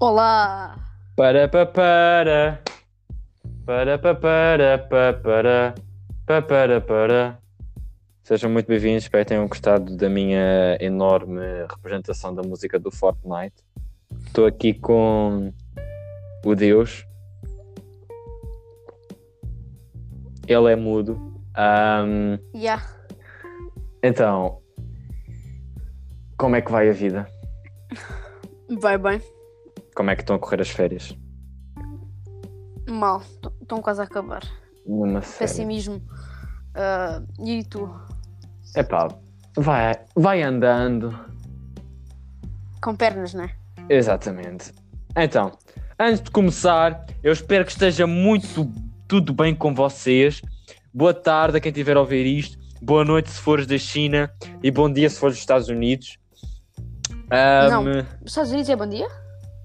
Olá! Para pa para para pa para pa para pa para para Sejam muito bem-vindos, espero que tenham gostado da minha enorme representação da música do Fortnite. Estou aqui com o Deus. Ele é mudo. Ahm, Yeah. então, como é que vai a vida? Vai bem. Como é que estão a correr as férias? Mal. Estão quase a acabar. Numa série. Pessimismo. Ah, e tu? Epá, vai, vai andando. Com pernas, né? Exatamente. Então, antes de começar, eu espero que esteja muito tudo bem com vocês. Boa tarde a quem estiver a ouvir isto. Boa noite se fores da China e bom dia se fores dos Estados Unidos. Ahm, Os Estados Unidos é bom dia?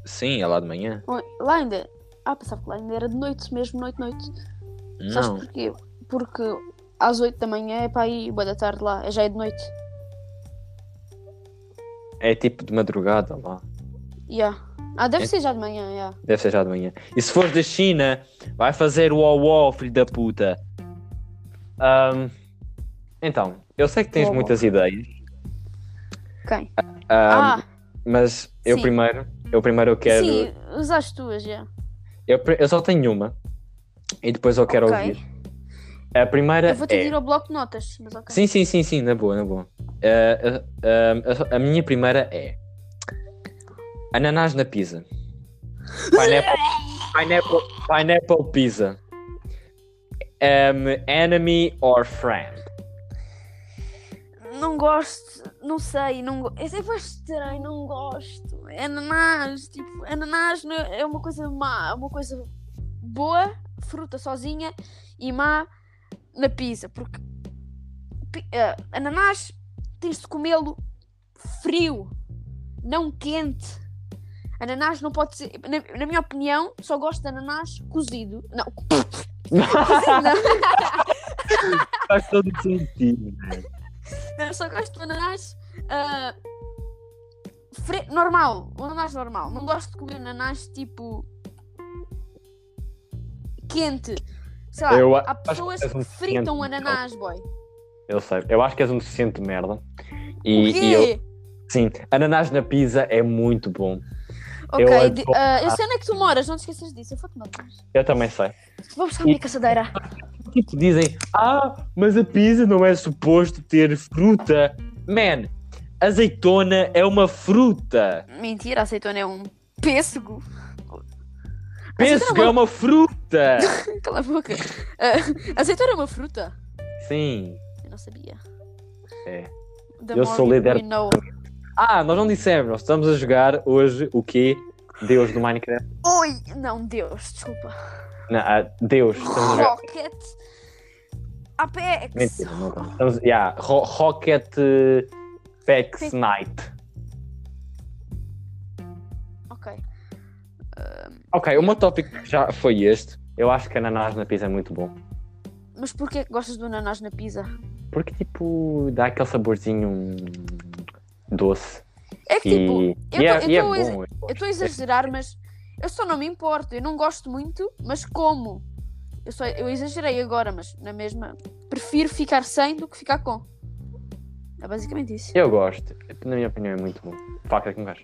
Sim, é lá de manhã. Oi, Lá ainda. Ah, pensava que lá ainda era de noite mesmo, noite, noite. Sabes Não. porquê? Porque às 8 da manhã é para aí, boa da tarde lá, é já é de noite. É tipo de madrugada lá. Yeah. Ah, deve É? ser já de manhã, yeah. Deve ser já de manhã. E se fores da China, vai fazer o uau filho da puta. Ahm, então, eu sei que tens Uau, uau. muitas ideias. Quem? ahm, ah, Mas eu Sim. primeiro, eu primeiro eu quero. sim, usa as tuas, já. Yeah. Eu, pre- eu só tenho uma e depois eu quero Ok. ouvir. A primeira Eu vou-te é. ir ao bloco de notas, mas ok. Sim, sim, sim, sim, na boa, na boa. Eh, eh, eh, eu só- a minha primeira é. Ananás na pizza. Pineapple, pineapple, pineapple pizza. Em, enemy or friend? Não gosto, não sei, não go... Esse é bem estranho, não gosto. É Ananás, tipo, ananás não- é uma coisa má, é uma coisa boa, fruta sozinha e má na pizza, porque pi- eh, ananás tens de comê-lo frio, não quente. Ananás não pode ser, na, na minha opinião, só gosto de ananás cozido. Não, cozido não. Faz todo sentido. Eu só gosto de ananás ah, fre- normal, um ananás normal. Não gosto de comer ananás tipo quente. Sei lá, Eu a- há acho que pessoas és um que fritam ciente, ananás, boy. Eu sei, eu acho que és um docente de merda. O E, e eu, quê? sim, ananás na pizza é muito bom. eu ok, adoro- de- ah, eu sei onde é que tu moras, não te esqueças disso. Eu vou-te mandar. Eu também sei. Vou buscar a minha caçadeira. Tipo, dizem, ah, mas a pizza não é suposto ter fruta. Man, azeitona é uma fruta. Mentira, aceitona é um pêssego. Penso que é uma fruta. Cala a boca. Ah, aceitona é uma fruta? Sim. Eu não sabia. É. The Eu more sou we- líder- we know. Ah, nós não dissemos, nós estamos a jogar hoje o quê? Deus do Minecraft. Oi! Não, Deus, desculpa. Não, ah, Deus. Estamos a jogar. Rocket Apex. Mentira, não estamos. estamos yeah, Ro- Rocket eh, Pack Knight. Ok. Ok, o meu tópico já foi este. Eu acho que ananás na pizza é muito bom. Mas porquê que gostas do ananás na pizza? Porque, tipo, dá aquele saborzinho hum, doce. É que E, tipo, e é, tô- e é tô a ex- bom. eu estou a exagerar, mas eu só não me importo. Eu não gosto muito, mas como? Eu, só, eu exagerei agora, mas na mesma. Prefiro ficar sem do que ficar com. É basicamente isso. Eu gosto. Na minha opinião, é muito bom. Faca com gás.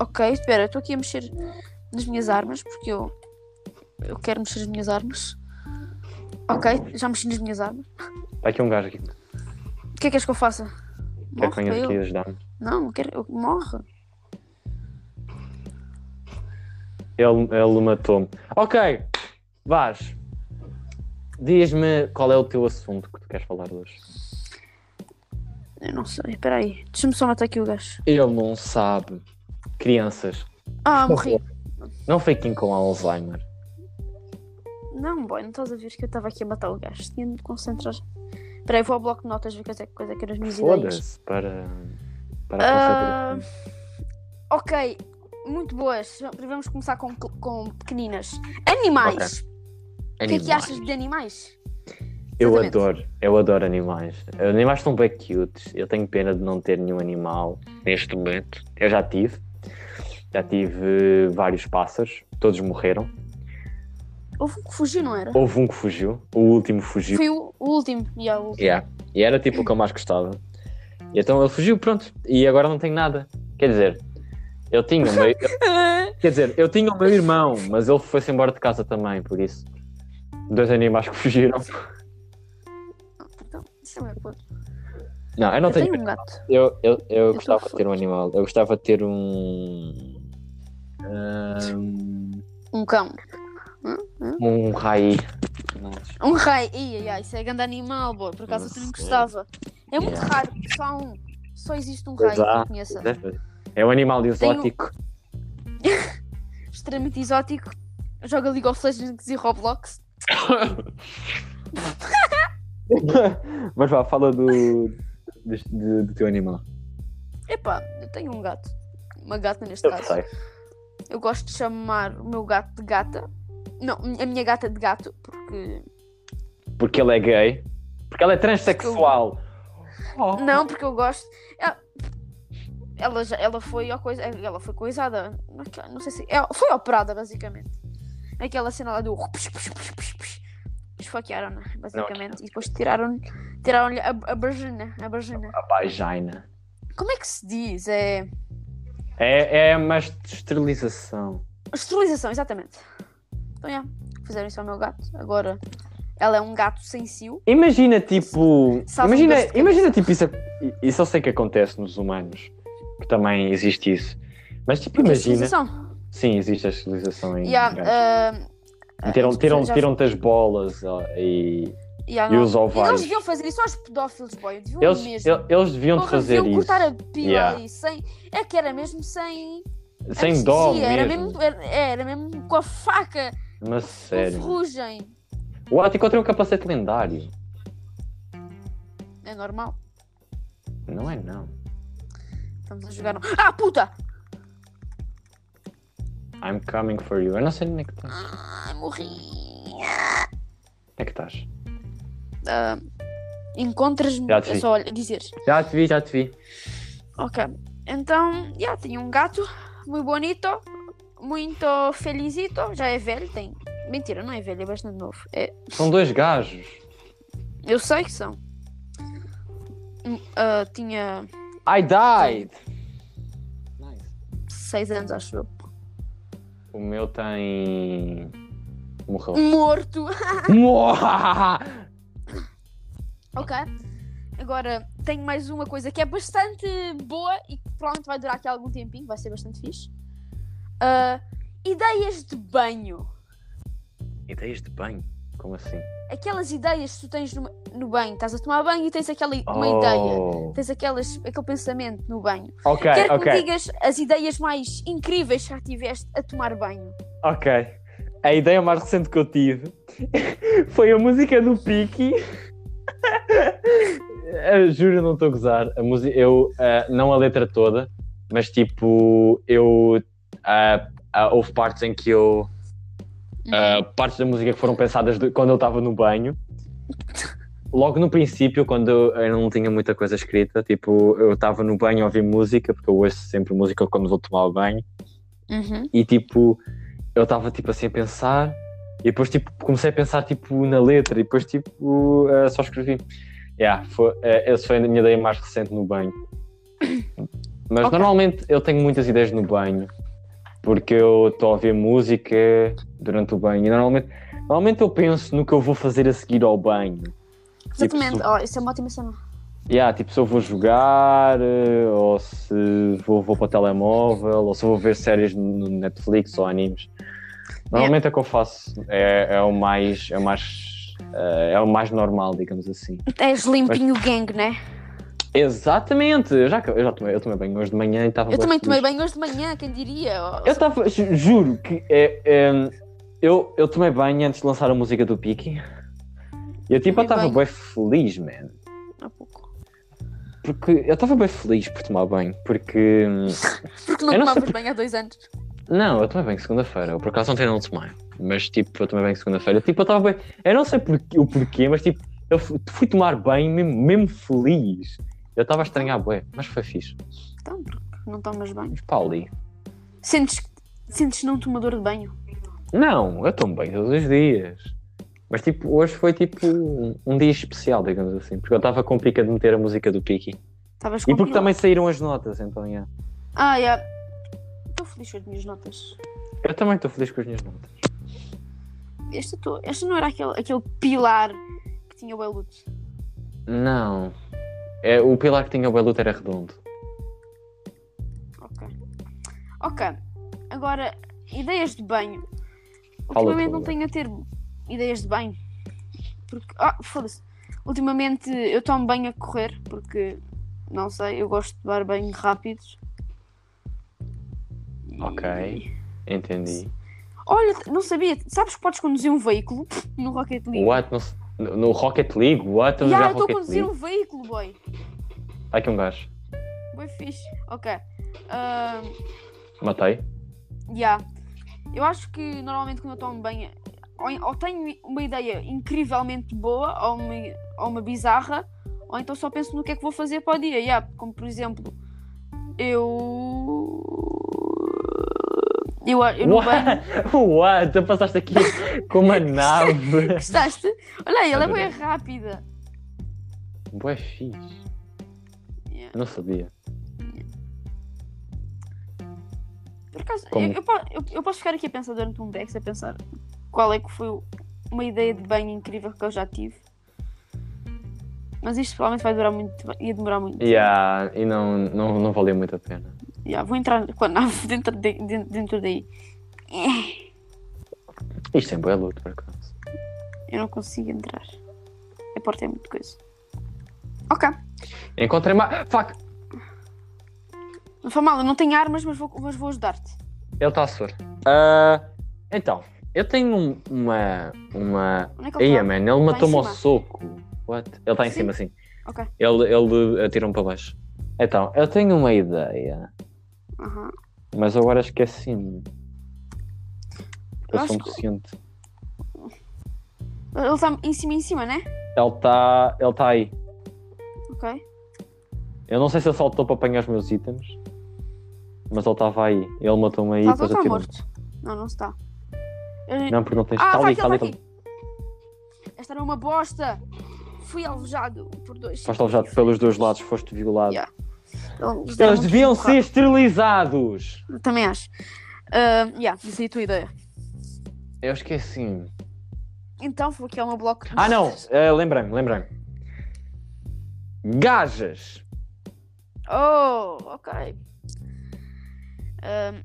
Ok, espera, eu estou aqui a mexer nas minhas armas porque eu, eu quero mexer nas minhas armas. Ok, já mexi nas minhas armas. Está aqui um gajo aqui. Quer O que é que és que eu faça? que Morre para venhas eu? aqui ajudar-me? Não, eu quero. Eu morre. Ele, ele matou-me. Ok, Vaz. Diz-me qual é o teu assunto que tu queres falar hoje. Eu não sei, espera aí. Deixa-me só matar aqui o gajo. Ele não sabe. Crianças. Ah, morri. Não fiquem com Alzheimer. Não, boy, não estás a ver que eu estava aqui a matar o gajo. Tinha de me concentrar. Espera aí, vou ao bloco de notas ver coisa, coisa que era as minhas ideias. Foda-se. Para. Para Ah, a concentração. ok, muito boas. Vamos começar com, com pequeninas. Animais. O que é que Animais. achas de animais? Eu Exatamente. adoro, eu adoro animais. Animais são bem cutes. Eu tenho pena de não ter nenhum animal neste momento. Eu já tive. Já tive vários pássaros, todos morreram. Houve um que fugiu, não era? Houve um que fugiu, o último fugiu. Foi o o último. Yeah, o último. Yeah. E era tipo o que eu mais gostava. E então ele fugiu, pronto. E agora não tenho nada. Quer dizer, eu tinha o meu, quer dizer, eu tinha o meu irmão, mas ele foi-se embora de casa também, por isso. Dois animais que fugiram. Então, isso é meu ponto. Não, eu não Eu tenho. tenho um gato. Eu, eu, eu, Eu gostava sou de ter um animal. Eu gostava de ter um. Um, Um cão. um raí. Um rei. Ia, ia, isso é grande animal, boa. Por acaso eu também gostava. É muito Yeah. raro, só há um. Só existe um rei Pois que há, eu conheça. É um animal exótico. Extremamente exótico. Joga League of Legends e Roblox. Mas vá, fala do, do, do- do teu animal. Epá, eu tenho um gato. Uma gata neste Eu caso. sei. Eu gosto de chamar o meu gato de gata. Não, a minha gata de gato, porque. Porque ele é gay. Porque ela é transexual. Oh. Não, porque eu gosto. Ela- Ela, já, ela foi ao coisa, ela foi coisada. Naquela- Não sei se. Ela foi operada, basicamente. Aquela cena lá do. Esfaquearam-na, basicamente. E depois tiraram-lhe tiraram a, a vagina. A vagina. A vagina. Como é que se diz? É. É, é uma esterilização. Esterilização, exatamente. Então, yeah, fizeram isso ao meu gato. Agora, ela é um gato sem cio. Imagina tipo. Salva um imagina, doce de cabeça. imagina tipo isso. a- Isso eu sei que acontece nos humanos. Que também existe isso. Mas tipo, imagina. Esterilização. Sim, existe a esterilização em. Yeah, gajos. ah, ah, Tiram- as pessoas tiram- já- Tiram-te as bolas ó, e. yeah, e não. os ovários. Eles deviam fazer isso aos pedófilos, boy. Deviam Eles, mesmo. el- eles deviam Porra, de fazer deviam isso. cortar a pila Yeah. ali, sem... É que era mesmo sem... Sem dó anestesia, Era mesmo. mesmo, era, é, era mesmo com a faca, Mas com sério. ferrugem. O Ato encontrei um capacete lendário. É normal. Não é não. Estamos a jogar... no- Ah, puta! I'm coming for you. Eu não sei onde é que estás. Ai, morri. Onde é que estás? Ah, Encontras-me... Já te É vi. só olha, dizer. Já te vi, já te vi. Ok. Então, já tinha um gato muito bonito, muito felizito, já é velho, tem. Mentira, não é velho, é bastante novo. É, São dois gajos. eu sei que são. Hum, ah, tinha I died! Nice. 6 anos, acho eu. O meu tem. Morreu. Um Morto! Ok. Agora, tenho mais uma coisa que é bastante boa e que provavelmente vai durar aqui algum tempinho, vai ser bastante fixe. Ah, ideias de banho. Ideias de banho? Como assim? Aquelas ideias que tu tens no, no banho, estás a tomar banho e tens aquela uma Oh. ideia. tens aquelas, aquele pensamento no banho. Ok, Quero que ok. me digas as ideias mais incríveis que já tiveste a tomar banho. Ok. A ideia mais recente que eu tive foi a música do Piki. Eu Juro, eu não estou a gozar. A música, eu, ah, não a letra toda, mas tipo, eu. ah, ah, houve partes em que eu. ah, partes da música que foram pensadas de- quando eu estava no banho. Logo no princípio, quando eu, eu não tinha muita coisa escrita, tipo, eu estava no banho a ouvir música, porque eu ouço sempre música quando vou tomar o banho Uhum. e tipo eu estava tipo assim a pensar e depois tipo comecei a pensar tipo na letra e depois tipo eh, só escrevi yeah, foi, eh, essa foi a minha ideia mais recente no banho mas Ok. normalmente eu tenho muitas ideias no banho porque eu estou a ouvir música durante o banho e normalmente normalmente eu penso no que eu vou fazer a seguir ao banho Exatamente, Tipo, oh, isso é uma ótima cena. Yeah, tipo, se eu vou jogar, eh, ou se vou, vou para o telemóvel, ou se vou ver séries no Netflix ou animes. Normalmente é o que eu faço. É, é o mais. É o mais. eh, é o mais normal, digamos assim. És limpinho gang, né? Exatamente! Eu já, eu já tomei, eu tomei banho hoje de manhã e estava. Eu bué também feliz. tomei banho hoje de manhã, quem diria? Oh, Eu estava. ju- Juro que. É, é, eu, eu tomei banho antes de lançar a música do Piki. E eu, tipo, Tomei eu estava banho. bem feliz, man. assim, há pouco. Porque eu estava bem feliz por tomar banho, porque. hum, Porque não Eu não sei tomavas banho há dois anos. Não, eu tomei bem segunda-feira. Eu por acaso ontem não tomei. Mas tipo, eu tomei bem segunda-feira. Tipo, eu estava bem. Eu não sei porquê- o porquê, mas tipo, eu fu- fui tomar bem, mesmo, mesmo feliz. Eu estava a estranhar, bué, mas foi fixe. Então, porque não tomas banho? Mas pá ali. Sentes, sentes não uma dor de banho? Não, eu tomo bem todos os dias. Mas tipo, hoje foi tipo um, um dia especial, digamos assim. Porque eu estava com pica de meter a música do Kiki. Estavas com E porque pior. também saíram as notas, então yeah. Ah, yeah. Estou feliz com as minhas notas. Eu também estou feliz com as minhas notas. Esta, tô... esta não era aquele, aquele pilar que tinha o Elude. Não. É, o pilar que tinha o Beluto era redondo. Ok. Ok. Agora, ideias de banho. Fala Ultimamente tu, não Lua. tenho a ter ideias de banho. Porque. Ah, foda-se. Ultimamente eu tomo banho a correr, porque não sei, eu gosto de dar banho rápido. E- Ok. Entendi. Olha, não sabia. Sabes que podes conduzir um veículo no Rocket League? What? No, no- no Rocket League? What? então Eu Ya, não eu jogo estou a Rocket conduzir League. um veículo, boy. Há aqui um gajo. Boy fixe. Ok. Ahm, Matei. Ya. Eu acho que normalmente quando eu tomo banho, ou, ou tenho uma ideia incrivelmente boa, ou uma, ou uma bizarra, ou então só penso no que é que vou fazer para o dia. Ya, Como por exemplo, eu. Eu, eu no banho. What? What? Tu passaste aqui com uma nave. Gostaste? Olha aí, ela é Adorei. bem rápida. Boa fixe. Ya. Eu Não sabia. Por acaso, eu, Como? eu po- eu- eu posso ficar aqui a pensar durante um Dex, a pensar qual é que foi o- uma ideia de banho incrível que eu já tive. Mas isto provavelmente vai durar muito, ia demorar muito. Yeah, e não, não, não valia muito a pena. Ya, vou entrar com a nave dentro, de- dentro, dentro daí. Isto é boa luta, por acaso. Eu não consigo entrar. A porta é muito coisa. Ok. Encontrei mais. Fuck! Não foi mal, eu não tenho armas, mas vou, mas vou ajudar-te. Ele está a sur. Ah, então, eu tenho um- uma. Uma. Onde é que ele Eia, tá? man, ele matou-me ao cima. soco. What? Ele está em Sim. cima, sim. Ok. Ele, ele atirou-me para baixo. Então, eu tenho uma ideia, Aham. mas agora esqueci-me. assim. Eu Acho sou que- consciente. Ele está em cima, em cima, né? Ele está ele tá aí. Ok. Eu não sei se ele saltou para apanhar os meus itens, mas ele estava aí. Ele matou-me aí e Está ou depois está atirou-me. morto? Não, não está. Eu- Não, porque não tens. Ah, Está está ali, aqui, está ali. está tá ali. aqui. Esta era uma bosta. Fui alvejado por dois. Foste alvejado pelos dois lados, foste violado. Yeah. Eles deram Eles um deviam empurrão. ser esterilizados! Também acho. Ah, yeah, diz aí a tua ideia. Eu esqueci-me. Então, vou aqui ao meu bloco. Ah, não! eh, lembrei-me, lembrei-me. Gajas! Oh, ok. Ahm,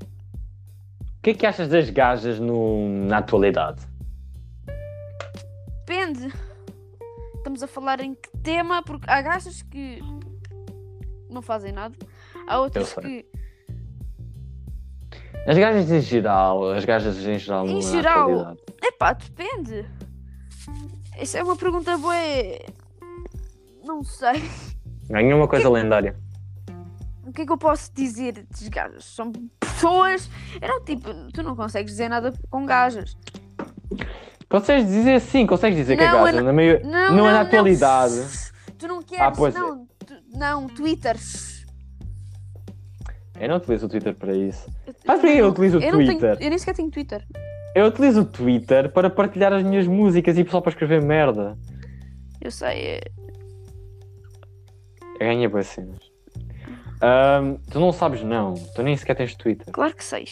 O que é que achas das gajas no- na atualidade? depende. Estamos a falar em que tema, porque há gajas que não fazem nada. Há outras Eu que, As gajas em geral, as gajas em geral Em na geral. atualidade. epá, depende. Essa é uma pergunta boa. Não sei. Ganhei uma coisa lendária. o que é que eu posso dizer dos gajas? São pessoas. Era o tipo, tu não consegues dizer nada com gajas. Consegues dizer sim, consegues dizer que é Não, eu gaja. Na meio... Não, Não não, é na atualidade. Tu não queres, Ah, pois é. não. Tu- não, Twitter. Eu não utilizo o Twitter para isso. Sabes porquê Ah, eu utilizo o Eu, não tenho, Twitter? eu nem sequer tenho Twitter. Eu utilizo o Twitter para partilhar as minhas músicas e só para escrever merda. Eu sei. é- Eu ganhei boas cenas. Ahm, tu não sabes, não. Tu nem sequer tens Twitter. Claro que sei.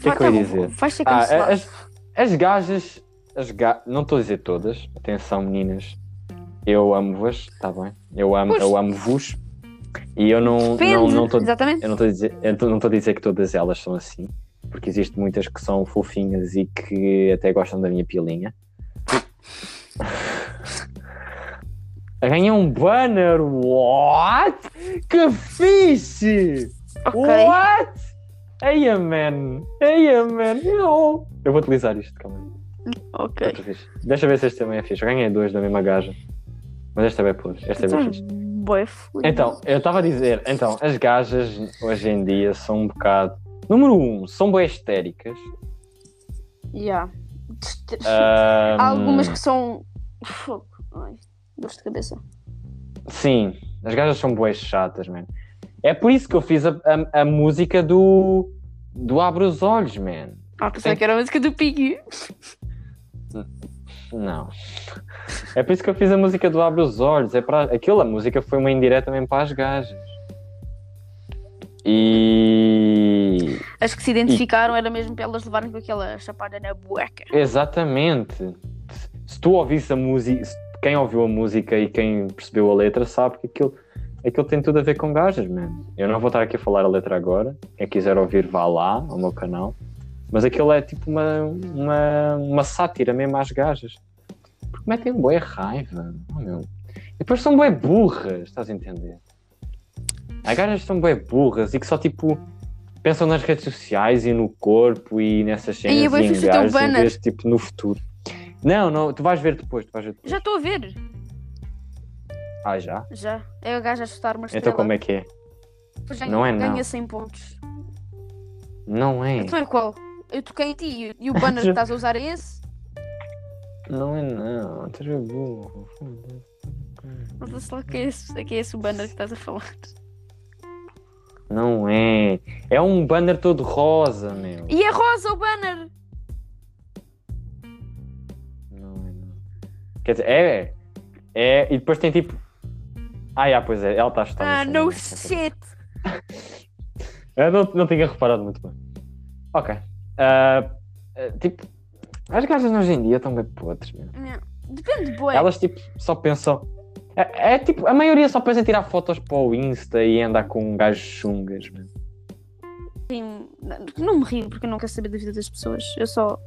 que é que eu ia dizer? tá Vais ser Ah, cancelado. as, as gajas. As ga... Não estou a dizer todas. Atenção, meninas. Eu amo-vas, está bem? Eu amo- Pois. eu amo-vos. e eu não Depende. não não estou Exatamente. eu não estou a dizer, eu não estou a dizer que todas elas são assim, porque existem muitas que são fofinhas e que até gostam da minha pilinha. Ganhei um banner, what? Que fixe! Ok. What? Eia, man! Eia, man! Não! Eu vou utilizar isto, calma. aí. Ok. Outra vez. Deixa eu ver se este também é fixe. Eu ganhei dois da mesma gaja. Mas esta é bem podre. Esta é Então, bem fixe. Boa, fui. Então, eu estava a dizer, então, as gajas hoje em dia são um bocado. Número um, são bem histéricas. Yeah. Ahm, Há algumas que são. Fogo. Ai, dor de cabeça. Sim, as gajas são boas chatas, mano. É por isso que eu fiz a, a- a música do. do Abre os Olhos, man. Ah, pensava que era a música do Piggy. Não. É por isso que eu fiz a música do Abre os Olhos. É pra... Aquela música foi uma indireta mesmo para as gajas. E. As que se identificaram era mesmo para elas levarem com aquela chapada na bueca. Exatamente. Se tu ouvisse a música. Quem ouviu a música e quem percebeu a letra sabe que aquilo, aquilo tem tudo a ver com gajas, mano. Eu não vou estar aqui a falar a letra agora. Quem quiser ouvir, vá lá ao meu canal. Mas aquilo é tipo uma, uma, uma sátira mesmo às gajas. Porque metem boé raiva. Oh, meu. E depois são boé burras, estás a entender? As gajas são boé burras e que só tipo. Pensam nas redes sociais e no corpo e nessas cenas Aí eu vou em fazer é o teu gajos, em banner. vez de, tipo no futuro. Não, não, tu vais ver depois, tu vais ver depois. Já estou a ver. Ah, já? Já. É o gajo a chutar uma estrela. Então como é que é? Depois ganha, Não é não. ganha 100 pontos. Não é. Então é qual? Eu toquei em ti e- e o banner que estás a usar é esse? Não é não. Tu és burro. Não sei lá que é esse, é que é esse o banner que estás a falar. Não é. É um banner todo rosa, meu. E é rosa o banner! Não é não. Quer dizer, é. É. E depois tem tipo. Ah, yeah, pois é, ela está a chutar Ah, no no chão. shit! Eu não, não tinha reparado muito bem. Ok. Ah, ah, tipo, as gajas hoje em dia estão bem podres, meu. Não. Depende, boa. Elas tipo só pensam. É, é, tipo, a maioria só pensa em tirar fotos para o Insta e andar com um gajo chungas. meu. Não- Não me rio porque eu não quero saber da vida das pessoas. Eu só.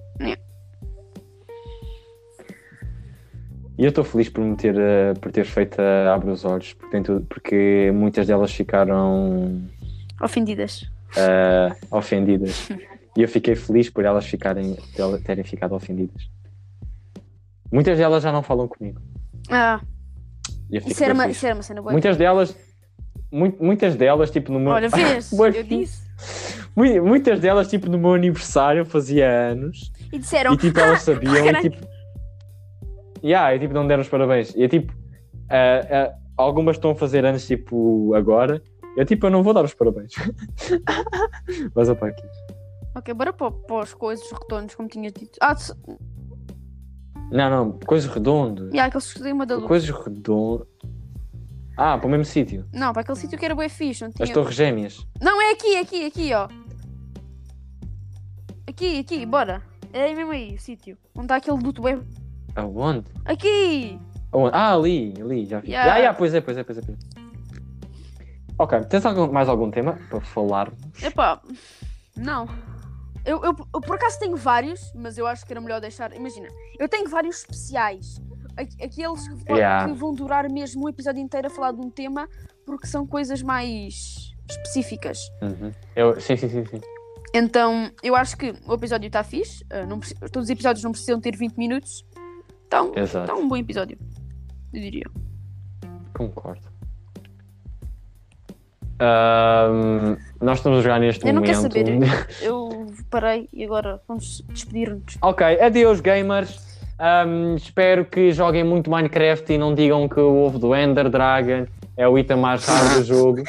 E eu estou feliz por me ter, eh, por ter feito a Abre os Olhos, porque, tem tudo- porque muitas delas ficaram Ofendidas. eh, ofendidas. E eu fiquei feliz por elas ficarem, por elas terem ficado ofendidas. Muitas delas já não falam comigo. Ah, E eu fico isso era, bem uma, feliz. isso era uma cena boa. Muitas delas, mu- muitas delas, tipo, no meu. Olha, vês? Bué eu fixe. disse. Mu- Muitas delas, tipo, no meu aniversário, eu fazia anos. E disseram. E tipo, elas sabiam e caralho. tipo. Yeah, e tipo, não deram os parabéns. E é tipo, ah, ah, algumas estão a fazer anos tipo agora. Eu tipo, eu não vou dar os parabéns. Mas opa, aqui. tipo- Ok, bora para, para os coisas redondos, como tinhas dito. Ah, se- Não, não, coisas redondas. e há aqueles que uma da luz. Coisas redondas. Ah, para o mesmo sítio. Não, para aquele sítio que era bem fixe, não tinha. As Torres Gêmeas. Não, é aqui, aqui, aqui, ó. Aqui, aqui, bora. É mesmo aí o sítio. Onde está aquele luto bem. Aonde? Aqui! Aonde? Ah, ali, ali, já vi. Yeah. Ah, yeah, pois é, pois é, pois é. pois é. Ok, tens algum- mais algum tema para falar? Epá, não. Eu, eu, eu por acaso tenho vários, mas eu acho que era melhor deixar. Imagina, eu tenho vários especiais. Aqu- Aqueles que, vão- Yeah. que vão durar mesmo um episódio inteiro a falar de um tema, porque são coisas mais específicas. Uhum. Eu, sim, sim, sim, sim. Então, eu acho que o episódio está fixe. ah, não preci- todos os episódios não precisam ter 20 minutos. Então, Exato. está um bom episódio. Eu diria. Concordo. Ahm, nós estamos a jogar neste Eu não momento. quero Eu parei e agora vamos despedir-nos. ok, adeus gamers. Ahm, espero que joguem muito Minecraft e não digam que o ovo do Ender Dragon é o item mais raro do jogo.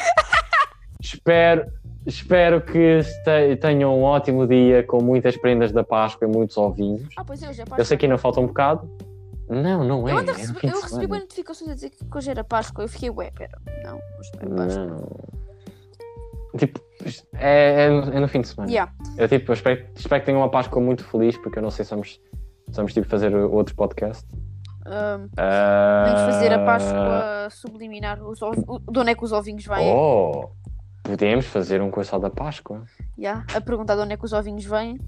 espero, espero que este- tenham um ótimo dia com muitas prendas da Páscoa e muitos ovinhos. Ah, pois é, hoje é Páscoa. Eu sei que ainda falta um bocado. Não, não é. Eu, até é no recebi, fim de eu recebi semana. uma notificação a dizer que hoje era Páscoa. Eu fiquei, ué, pera, não, hoje não é Páscoa. Não. Tipo, é, é no- é no fim de semana. Yeah. Eu, tipo, eu espero, espero que tenham uma Páscoa muito feliz, porque eu não sei se vamos, se vamos tipo, fazer outro podcast. ahm, vamos Vamos fazer a Páscoa subliminar. Os ov... o- De onde é que os ovinhos vêm? Oh! Podemos fazer um coisal da Páscoa. Yeah. A perguntar de onde é que os ovinhos vêm.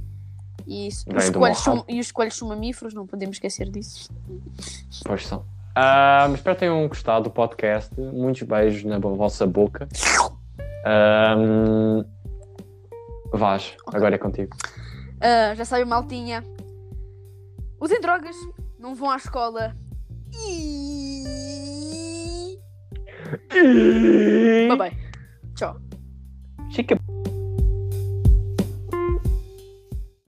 E, s- Vem os do coelhos morrão. são, e os coelhos são mamíferos, não podemos esquecer disso. Pois são. Ah, espero que tenham gostado do podcast. Muitos beijos na bo- vossa boca. Ahm, Vaz, agora é contigo. Ah, já sabem, maltinha. Usem drogas, não vão à escola. E. Bye bye. Tchau. Chica